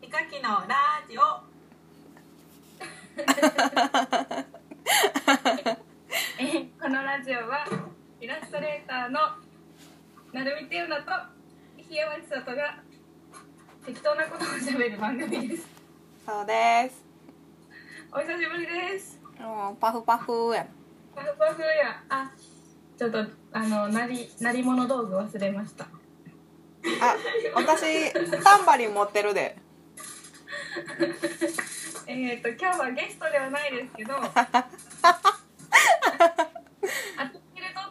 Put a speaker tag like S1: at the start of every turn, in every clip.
S1: ヒカキのラジオ
S2: えーこのラジオはイラストレーターのなるみてうなとひやまちさとが適当なことをしゃべる番組です
S3: そうです
S2: お久しぶりです
S3: もうパフパフやん
S2: パフパフやあちょっとあのなりなりもの道具忘れました
S3: あ私タンバリン持ってるで
S2: えっ、と今日はゲストではないですけどあとで撮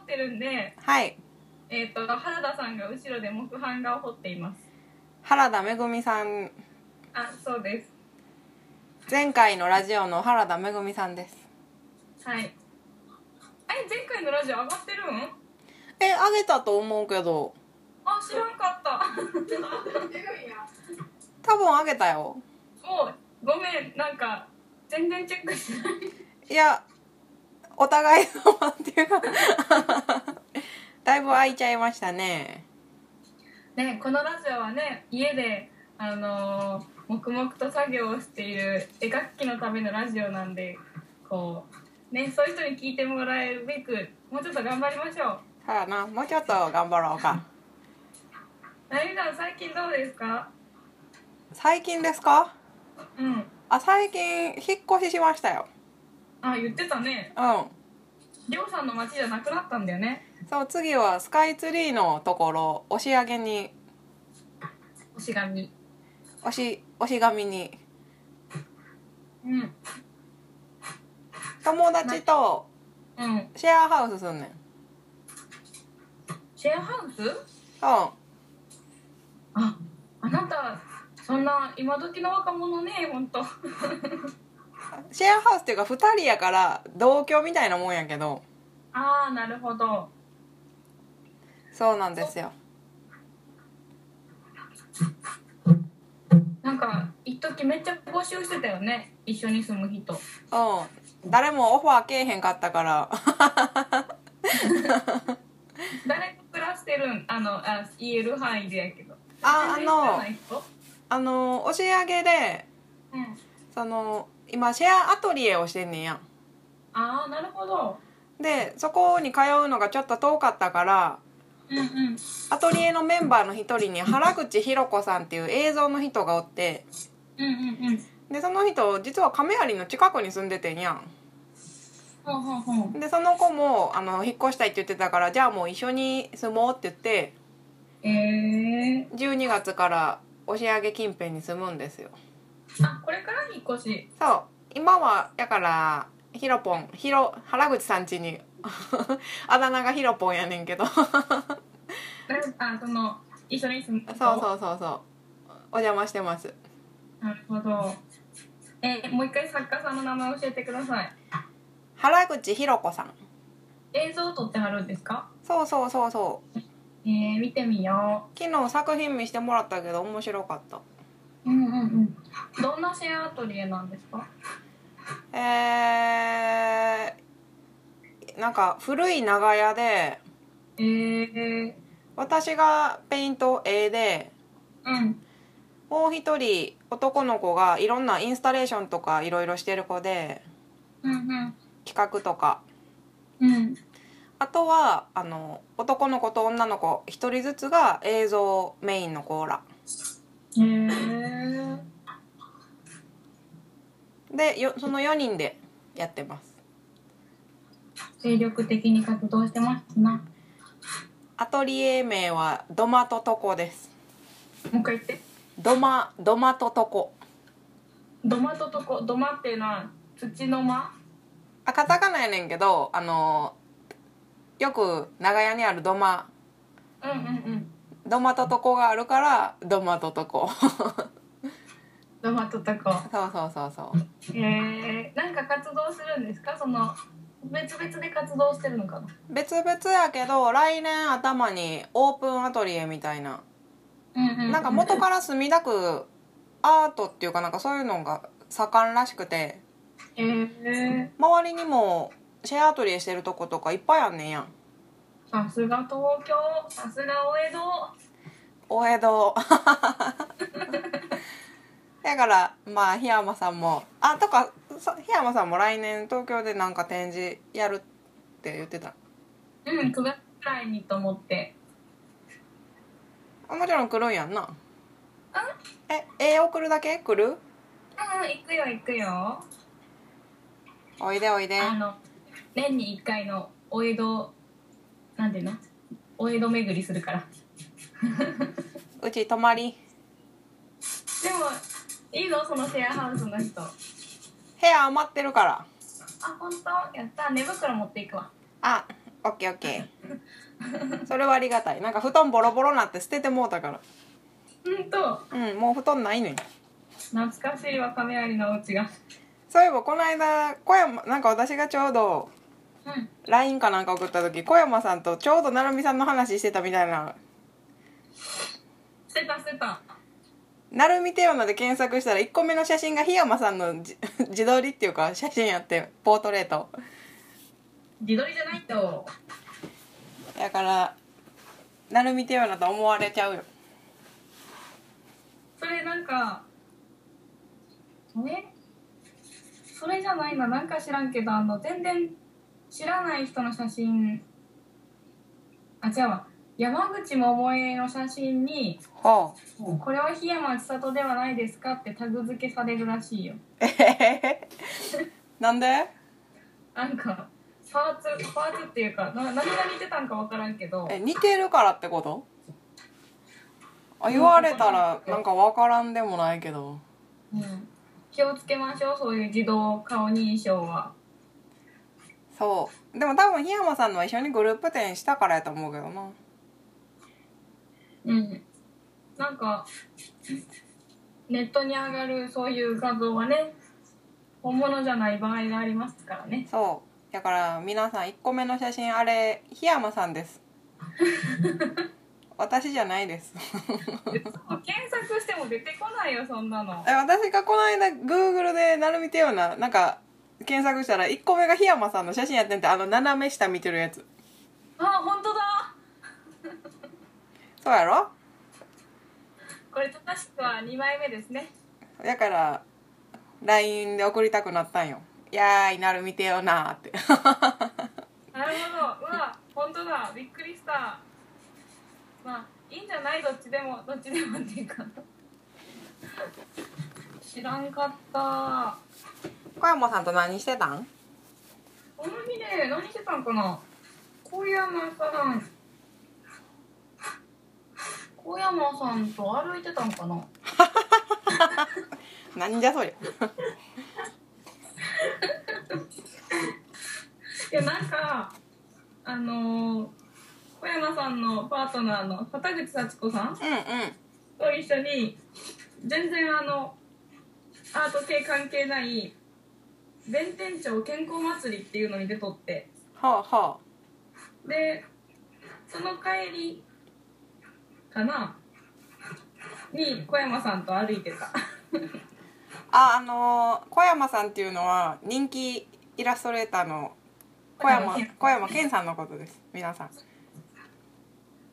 S2: ってるんで
S3: はい
S2: えっ、と原田さんが後ろで木版画を彫っています
S3: 原田めぐみさん
S2: あそうです
S3: 前回のラジオの原田めぐみさんです
S2: はい。え、前回のラジオ上がってるん。
S3: えあげたと思うけど
S2: あ、知らんかった。
S3: 多分あげたよ
S2: もう、ごめん、なんか、全然チェックしてない。
S3: いやお互い様っていう かだいぶ空いちゃいましたね
S2: ね、このラジオはね、家で、あのー黙々と作業をしている絵描きのためのラジオなんで。こう、ね、そういう人に聞いてもらえるべく、もうちょっと頑張りましょう。
S3: さあなもうちょっと頑張ろう か
S2: なゆみさん、最近どうですか。
S3: 最近ですか
S2: うん。
S3: あ最近引っ越ししましたよ
S2: あ、言ってたね。
S3: うん
S2: りょうさんの町じゃなくなったんだよね。
S3: そう次はスカイツリーのところ押し上げに
S2: 星神。
S3: 押し押し紙に
S2: うん。
S3: 友達と
S2: うん。
S3: シェアハウスすんねんうん
S2: シェアハウス。
S3: あ
S2: あ、あなた、そんな今時の若者ね、本当。
S3: シェアハウスっていうか2人やから同居みたいなもんやけど
S2: ああ、なるほど。
S3: そうなんですよ
S2: なんか、一時めっちゃ募集してたよね、一緒に住む人。
S3: うん誰もオファーけえへんかったから
S2: 誰と暮らしてるん、あの、あ、言える範囲でやけど。
S3: あ
S2: 全
S3: あ
S2: 然知ら
S3: の
S2: ない人
S3: あの押し上げで
S2: うん。
S3: その今シェアアトリエをしてんねんや
S2: ああ、なるほど。
S3: でそこに通うのがちょっと遠かったから
S2: うんうん。
S3: アトリエのメンバーの一人に原口ひろ子さんっていう映像の人がおって
S2: うんうんうん。
S3: でその人実は亀有の近くに住んでてんやん
S2: ほうほうほう。
S3: でその子もあの引っ越したいって言ってたからじゃあもう一緒に住もうって言って
S2: ええ
S3: 12月から押上近辺に住むんですよ
S2: あ、これから引っ越し。
S3: そう今はだからひろぽんひろ原口さん家に あだ名がひろぽんやねんけどそう
S2: だいあ、その、一緒に住む人。
S3: そうそうそうお邪魔してます
S2: なるほど。えもう一回作家さんの名前教えてください。
S3: 原口ひろ子さん
S2: 映像を撮ってはるんですか
S3: そうそうそうそう
S2: えー、見てみよ
S3: 昨日作品見してもらったけど面白かった
S2: う。うんうんうん。どんなシェアアトリエなんですか。
S3: えー、なんか古い長屋で
S2: えー、
S3: 私がペイント絵で
S2: うん。
S3: もう一人男の子がいろんなインスタレーションとかいろいろしてる子で
S2: うん
S3: 企画とか
S2: うん。うん。
S3: あとはあの男の子と女の子一人ずつが映像メインの子ら
S2: えー、
S3: でよその4人でやってます
S2: 精力的に活動してますな。
S3: アトリエ名はドマとトコです
S2: もう一回言って。
S3: ドマドマとトコ
S2: 土間ととこ、土間っていうのは土の間。
S3: あカタカナやねんけどあのよく長屋にある土間
S2: うんうんうん。
S3: 土間と床があるから土間と床 そう
S2: 土間ととこ。
S3: そうそうそう
S2: えー、なんか活動するんですか、その。別々で活動してるのかな。
S3: 別々やけど来年頭にオープンアトリエみたいな
S2: うんう
S3: なんか元から墨田区アートっていうかなんかそういうのが盛んらしくて
S2: えー、
S3: 周りにもシェアアトリエしてるとことかいっぱいあんねんやん
S2: さすが東京、さすがお江戸。
S3: お江戸でだからまあ檜山さんもあとかさ檜山さんも来年東京でなんか展示やるって言ってた
S2: うん9月くらいにと思って
S3: あもちろん来るんやんなえ絵送るだけ来る
S2: うん行くよ行くよ
S3: おいでおいで
S2: あの年に1回のお江戸なんていうのお江戸巡りするから
S3: うち泊まり
S2: でもいいぞそのシェアハウスの人あ
S3: 部屋余ってるから
S2: 本当やった寝袋持っていくわ
S3: あオッケーオッケーそれはありがたいなんか布団ボロボロなって捨ててもうたか
S2: うんと
S3: らうんもう布団ないねん
S2: 懐かしいわ亀有のお家が
S3: そういえばこの間小山なんか私がちょうど
S2: うん
S3: LINE かなんか送った時小山さんとちょうど成美さんの話してたみたいな
S2: してたしてた
S3: 「成美テーマ」で検索したら1個目の写真が檜山さんのじ 自撮りっていうか写真やってポートレート
S2: 自撮りじゃないと
S3: だから成美テーマだと思われちゃうよ
S2: それなんかねそれじゃないななんか知らんけどあの全然知らない人の写真あ違うわ山口百恵の写真に
S3: ほう
S2: 「これは檜山千里ではないですか?」ってタグ付けされるらしいよ
S3: えへへへなんで
S2: なんかパーツパーツっていうかな何が似てたんか分からんけど
S3: え似てるからってことあ言われたらなんか分からんでもないけど
S2: うん気をつけましょうそういう自動顔認証は
S3: そうでも多分檜山さんのは一緒にグループ展したからやと思うけどな
S2: うんなんかネットに上がるそういう画像はね本物じゃない場合がありますからね
S3: そうだから皆さん1個目の写真あれ檜山さんです 私じゃないです
S2: 検索しても出てこないよそんなの
S3: え私がこの間 Google でなるみてようななんか検索したら1個目が檜山さんの写真やってんってあの斜め下見てるやつ
S2: あ本当だ
S3: そうやろ
S2: これ正しくは2枚目ですね
S3: だから LINE で送りたくなったんよ「やーいなるみてよな」って
S2: なるほどうわ本当だびっくりしたまあいいんじゃないどっちでもどっちでもっていうか知らんかった
S3: 小山さんと何してたん
S2: この日ね、何してたんかな小山さん小山さんと歩いてたんかな
S3: なんじゃそりゃ
S2: いやなんかあのー小山さんのパートナーの畑口幸子さん
S3: うんうん
S2: と一緒に全然あのアート系関係ない弁天町健康祭りっていうのに出とって
S3: ほうほ
S2: でその帰りかなに小山さんと歩いてた
S3: うああのー小山さんっていうのは人気イラストレーターの小山
S2: 小山健
S3: 小山健さんのことです皆さん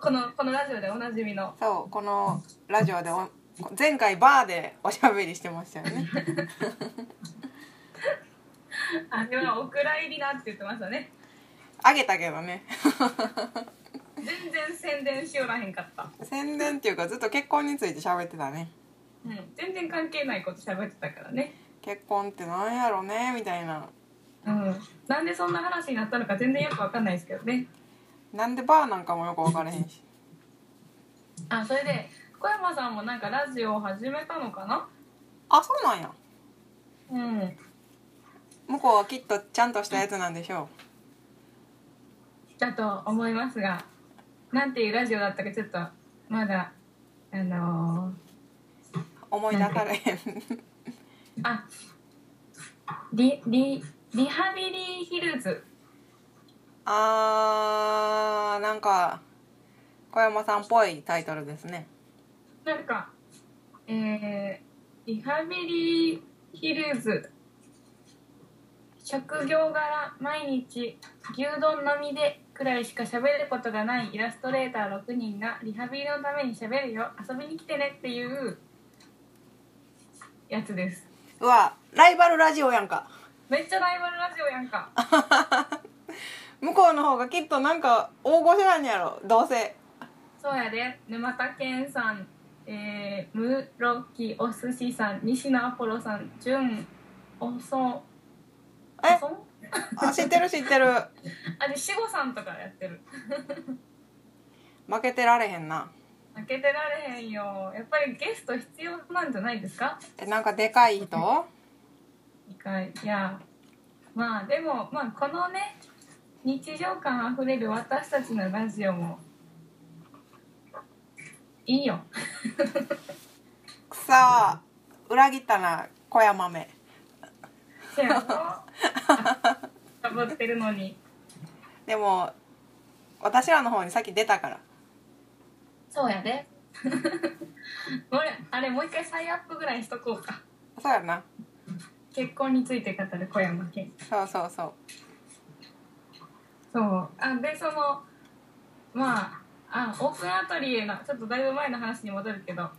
S2: このこのラジオでおなじみの
S3: そうこのラジオでお前回バーでおしゃべりしてましたよね
S2: あれはお蔵入りだって言ってましたね
S3: あげたけどね
S2: 全然宣伝しよらへんかった、
S3: 宣伝っていうかずっと結婚について喋ってたね
S2: うん、全然関係ないこと喋ってたからね
S3: 結婚ってなんやろねみたいな
S2: うんなんでそんな話になったのか全然よくわかんないですけどね
S3: なんでバーなんかもよく分からへんし
S2: あそれで小山さんもなんかラジオを始めたのかな
S3: あそうなんや
S2: うん
S3: 向こうはきっとちゃんとしたやつなんでしょ
S2: だと思いますがなんていうラジオだったかちょっとまだあの
S3: う思い出されへ ん
S2: ー、あリリリハビリヒルズ
S3: あーなんか小山さんっぽいタイトルですね
S2: なんかえー、リハビリヒルズ職業柄毎日牛丼並みでくらいしか喋ることがないイラストレーター6人がリハビリのために喋るよ遊びに来てねっていうやつです
S3: うわライバルラジオやんか
S2: めっちゃライバルラジオやんか
S3: 向こうの方がきっとなんか大御所なんやろどうせ
S2: そうやで沼田健さんえー、室木お寿司さん西野アポロさん純おそ
S3: え
S2: おそ
S3: あ知ってる知ってる
S2: あで志吾さんとかやってる
S3: 負けてられへんな
S2: 開けてられへんよやっぱりゲスト必要なんじゃないですか
S3: えなんかでかい人
S2: 一回いやまあでもまあこのね日常感あふれる私たちのラジオもいいよ
S3: くさ裏切ったな小山め
S2: せやろかぶってるのに
S3: でも私らの方にさっき出たから
S2: そうやで 俺あれもう一回再アップぐらいしとこうか
S3: そうやな
S2: 結婚について語る小山健
S3: そうそうそう
S2: そうあでそのまああオープンアトリエのちょっとだいぶ前の話に戻るけど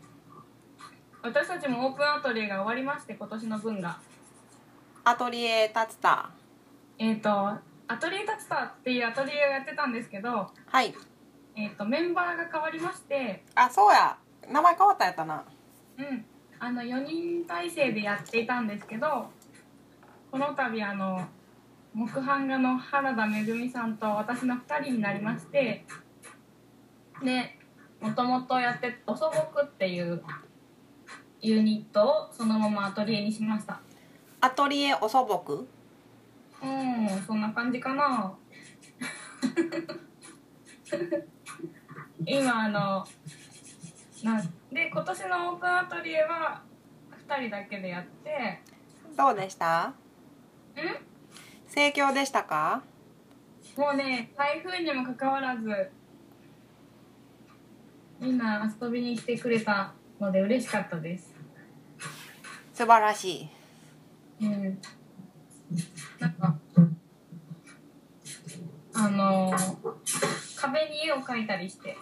S2: 私たちもオープンアトリエが終わりまして今年の分が
S3: アトリエタツタ
S2: えっ、とアトリエタツタっていうアトリエをやってたんですけど、
S3: はい
S2: えー、とメンバーが変わりまして
S3: あそうや名前変わったんやったな
S2: うんあの4人体制でやっていたんですけどこの度あの木版画の原田めぐみさんと私の2人になりましてでもともとやっておそぼくっていうユニットをそのままアトリエにしました
S3: アトリエおそぼく
S2: うんそんな感じかな 今あのなんで今年のオープンアトリエは2人だけでやって
S3: どうでした
S2: ん
S3: 盛況でしたか
S2: もうね台風にもかかわらずみんな遊びに来てくれたので嬉しかったです
S3: 素晴らしい
S2: うんなんかあの壁に絵を描いたりして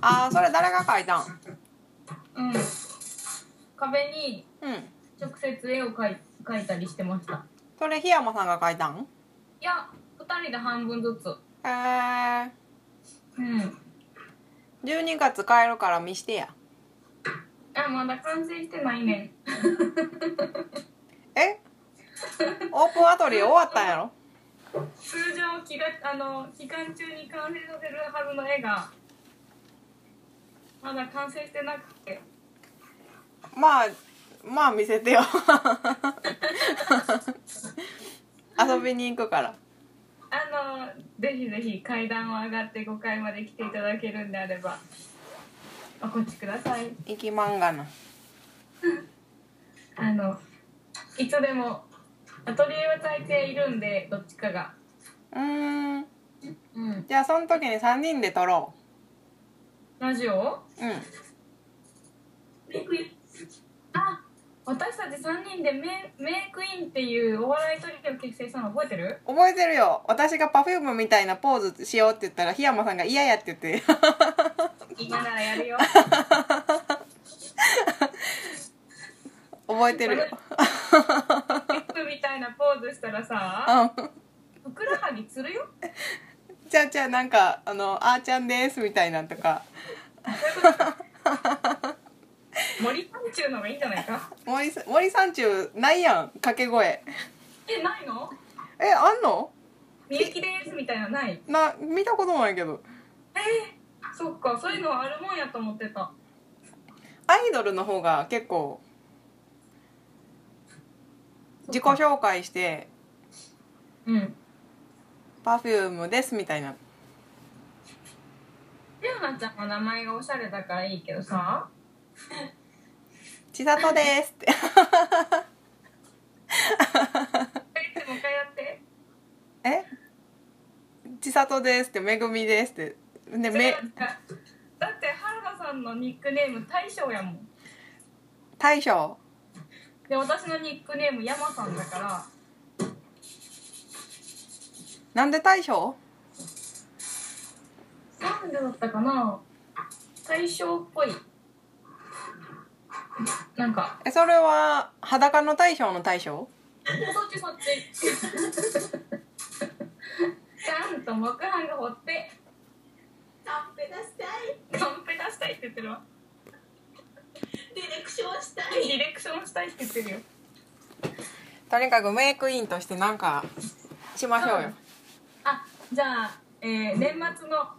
S3: あーそれ誰が書いたん
S2: うん、壁に
S3: うん
S2: 直接絵を描い描いたりしてました
S3: それ檜山さんが書いた
S2: い
S3: ん
S2: や2人で半分ずつ
S3: へえ
S2: うん
S3: 12月帰るから見してや
S2: あまだ完成してないね
S3: えオープンアトリエ終わったんやろ
S2: 通常期があの期間中に完成させるはずの絵がまだ完成してなくて
S3: まあまあ見せてよ 遊びに行くから
S2: あのぜひぜひ階段を上がって5階まで来ていただけるんであればお越しください
S3: 行きまんがな
S2: あのいつでもアトリエは大抵いるんでどっちかが
S3: うーん
S2: うん
S3: じゃあその時に3人で撮ろ
S2: ラジオ
S3: ううん
S2: あ私たち3人でメイメイクインっていうお笑いトリオを結成したの覚えてる
S3: 覚えてるよ私が Perfume みたいなポーズしようって言ったら檜山さんが嫌やって言って
S2: 今ならやる よ
S3: 覚えてるよ
S2: リップみたいなポーズしたらさ
S3: うん
S2: ふくらはぎつるよ
S3: じゃあじゃあなんかあの「あーちゃんです」みたいなんとか
S2: 森三中のがいいんじゃないか
S3: 森さ森三中ないやん掛け声
S2: えないの
S3: えあんの
S2: みゆきですみたいなのない
S3: な見たことないけど
S2: そっかそういうのはあるもんやと思ってた
S3: アイドルの方が結構自己紹介して
S2: うん
S3: 「Perfume です」みたいな
S2: レオナちゃんの名前がおしゃれだからいいけどさ
S3: 「千里です」って
S2: もう一回やって
S3: 「え千里です」って「めぐみです」ってで
S2: それ
S3: め
S2: はだって原田さんのニックネーム大将やもん
S3: 大将
S2: で私のニックネーム山さんだから
S3: なんで大将
S2: なんでだったかな大正っぽいなんか
S3: えそれは裸の大将の大将
S2: そっちそっち ちゃんと木版が掘って
S1: カンペ出したい
S2: カンペ出したいって言ってるわ
S1: ディレクションした
S2: デ
S1: い
S2: ィレクションしたいって言ってるよ
S3: とにかくメイクインとしてなんかしましょうよ
S2: あじゃあ、えー年末の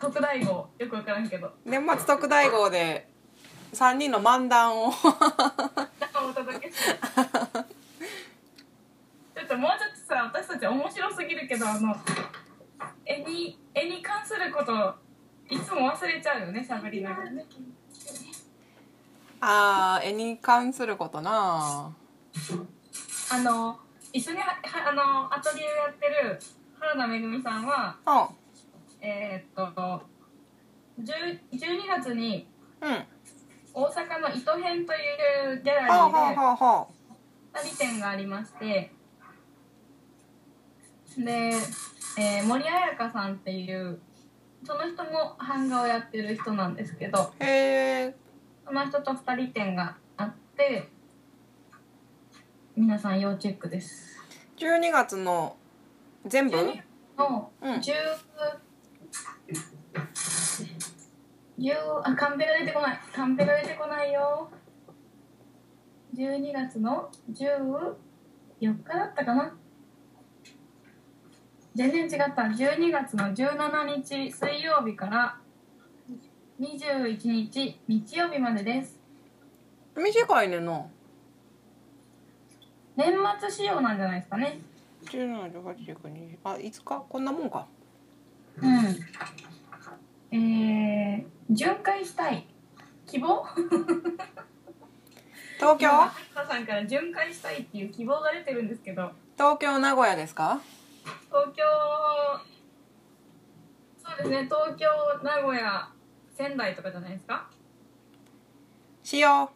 S2: 特大号よくわからんけど
S3: 年末特大号で3人の漫談を
S2: お届けしてちょっともうちょっとさ私たち面白すぎるけどあの絵に絵に関することいつも忘れちゃうよね喋りながらね
S3: あー絵に関すること
S2: あ
S3: な
S2: の一緒にははあのアトリエをやってる原田めぐみさんは
S3: あ
S2: えーっと10 12月に
S3: うんうん
S2: 大阪の糸編というギャラリ
S3: ほう
S2: ー
S3: ほう
S2: で
S3: ほうほ
S2: 二人展がありましてで、えー森彩香さんっていうその人も版画をやってる人なんですけど
S3: うへえ
S2: その人と二人展があって皆さん要チェックです
S3: 12月の全部
S2: 12の
S3: うん
S2: 10、10あカンペが出てこないカンペが出てこないよ12月の14日だったかな全然違った12月の17日水曜日から21日日曜日までです
S3: 短いねんな
S2: 年末仕様なんじゃないですかね
S3: 17181920あいつかこんなもんか
S2: うん。えー、巡回したい希望
S3: 東京
S2: 今原田さんから巡回したいっていう希望が出てるんですけど
S3: 東京名古屋ですか
S2: 東京そうですね東京名古屋仙台とかじゃないですか
S3: しよ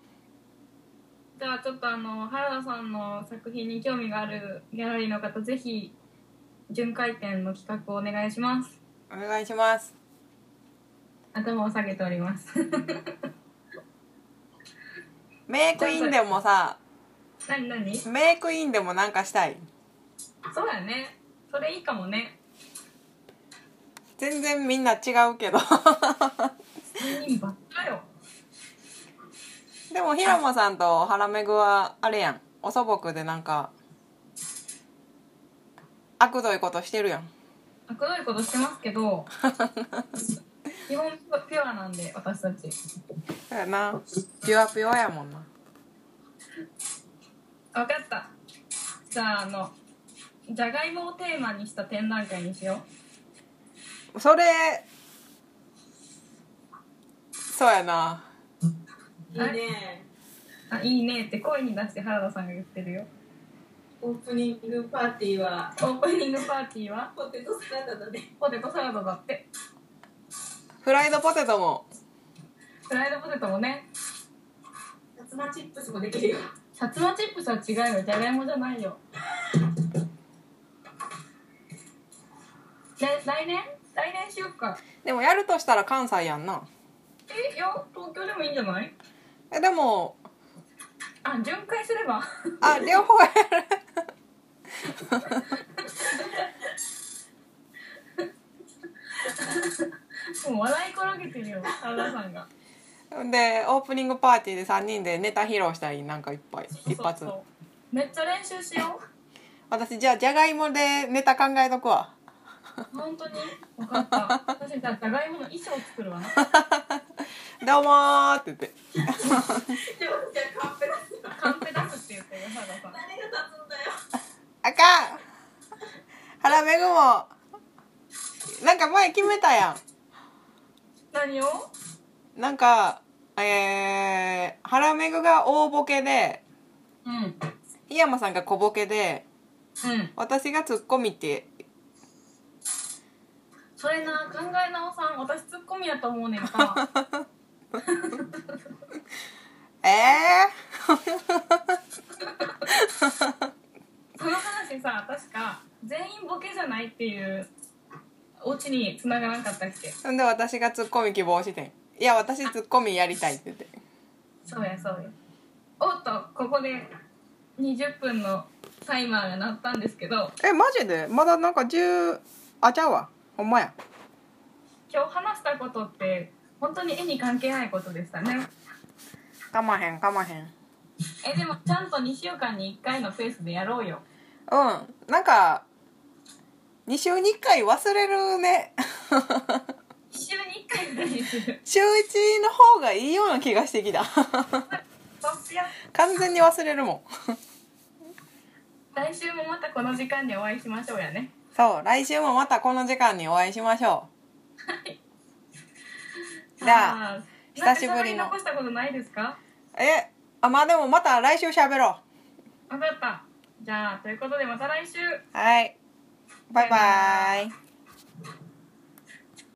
S2: じゃあちょっとあの原田さんの作品に興味があるギャラリーの方ぜひ巡回展の企画をお願いします
S3: うお願いします
S2: 頭を下げております
S3: メイクインでもさ
S2: 何何そ
S3: メイクインでもなんかしたいう
S2: やねそれいいかもね
S3: 全然みんな違うけど
S2: 3人ばっかよ
S3: でも平間さんと原めぐはあれやんお素朴でなんか悪どいことしてるやん
S2: 悪どいことしてますけ ど基本ピュアなんで私たち
S3: だよなピュアピュアやもんな
S2: 分かったじゃああのじゃがいもをテーマにした展覧会にしよ
S3: それそうやない
S1: いね
S2: うあいいねって声に出して原田さんが言ってるよ
S1: オープニングパーティーは
S2: オープニングパーティーは
S1: ポテトサラダだね
S2: ポテトサラダだって
S3: フライドポテトも
S2: フライドポテトもね
S1: さつまチップスもできる よ
S2: さつまチップスは違うよじゃがいもじゃないよで来年来年しよっか
S3: でもやるとしたら関西やんな
S2: えいや東京でもいいんじゃない
S3: えでも
S2: あ巡回すれば
S3: あ両方やる
S2: もう笑い転げてるよ原田さんが
S3: でオープニングパーティーで3人でネタ披露したりなんかいっぱい一発
S2: そうそうめっちゃ練習しよ
S3: 私じゃあじゃがいもでネタ考えとくわ
S2: う本当に分かった私じゃあじゃがいもの衣装作るわな
S3: どうもーって言って
S1: じゃあカンペ出すよ
S2: カンペ出すって言ってるよ原田さ
S1: 誰が立つ
S2: ん
S1: んだよ
S3: あかん腹めぐもなんか前決めたや
S2: 何を
S3: んなんかえー、腹めぐが大ボケで
S2: うんうん
S3: 檜山さんが小ボケで私がツッコミって
S2: それな考え直さん私ツッコミやと思うねん か
S3: ええ
S2: その話さ確か全員ボケじゃないっていうオチに繋がらんかったっけ
S3: ー、そんで私がツッコミ希望してんいや私ツッコミやりたいって言って
S2: そうやそうやおっとここで20分のタイマーが鳴ったんですけど
S3: えマジでまだなんか10あちゃうわほんまや
S2: 今日話したことって本当に絵に関係ないことでしたね
S3: かまへんかまへんうん
S2: えでもちゃんと2週間に1回のペースでやろうよ
S3: なんか2週に1回忘れるね
S2: 1週に1回ぐらいにする
S3: 週1の方がいいような気がしてきた
S2: そうしよう
S3: 完全に忘れるもん
S2: 来週もまたこの時間にお会いしましょうやね
S3: そう来週もまたこの時間にお会いしましょうじゃあ
S2: あー
S3: 久しぶりの
S2: なんか喋り残したことないですか
S3: えあまあでもまた来週喋ろ
S2: 分かったじゃあということでまた来週
S3: うはいバイバイ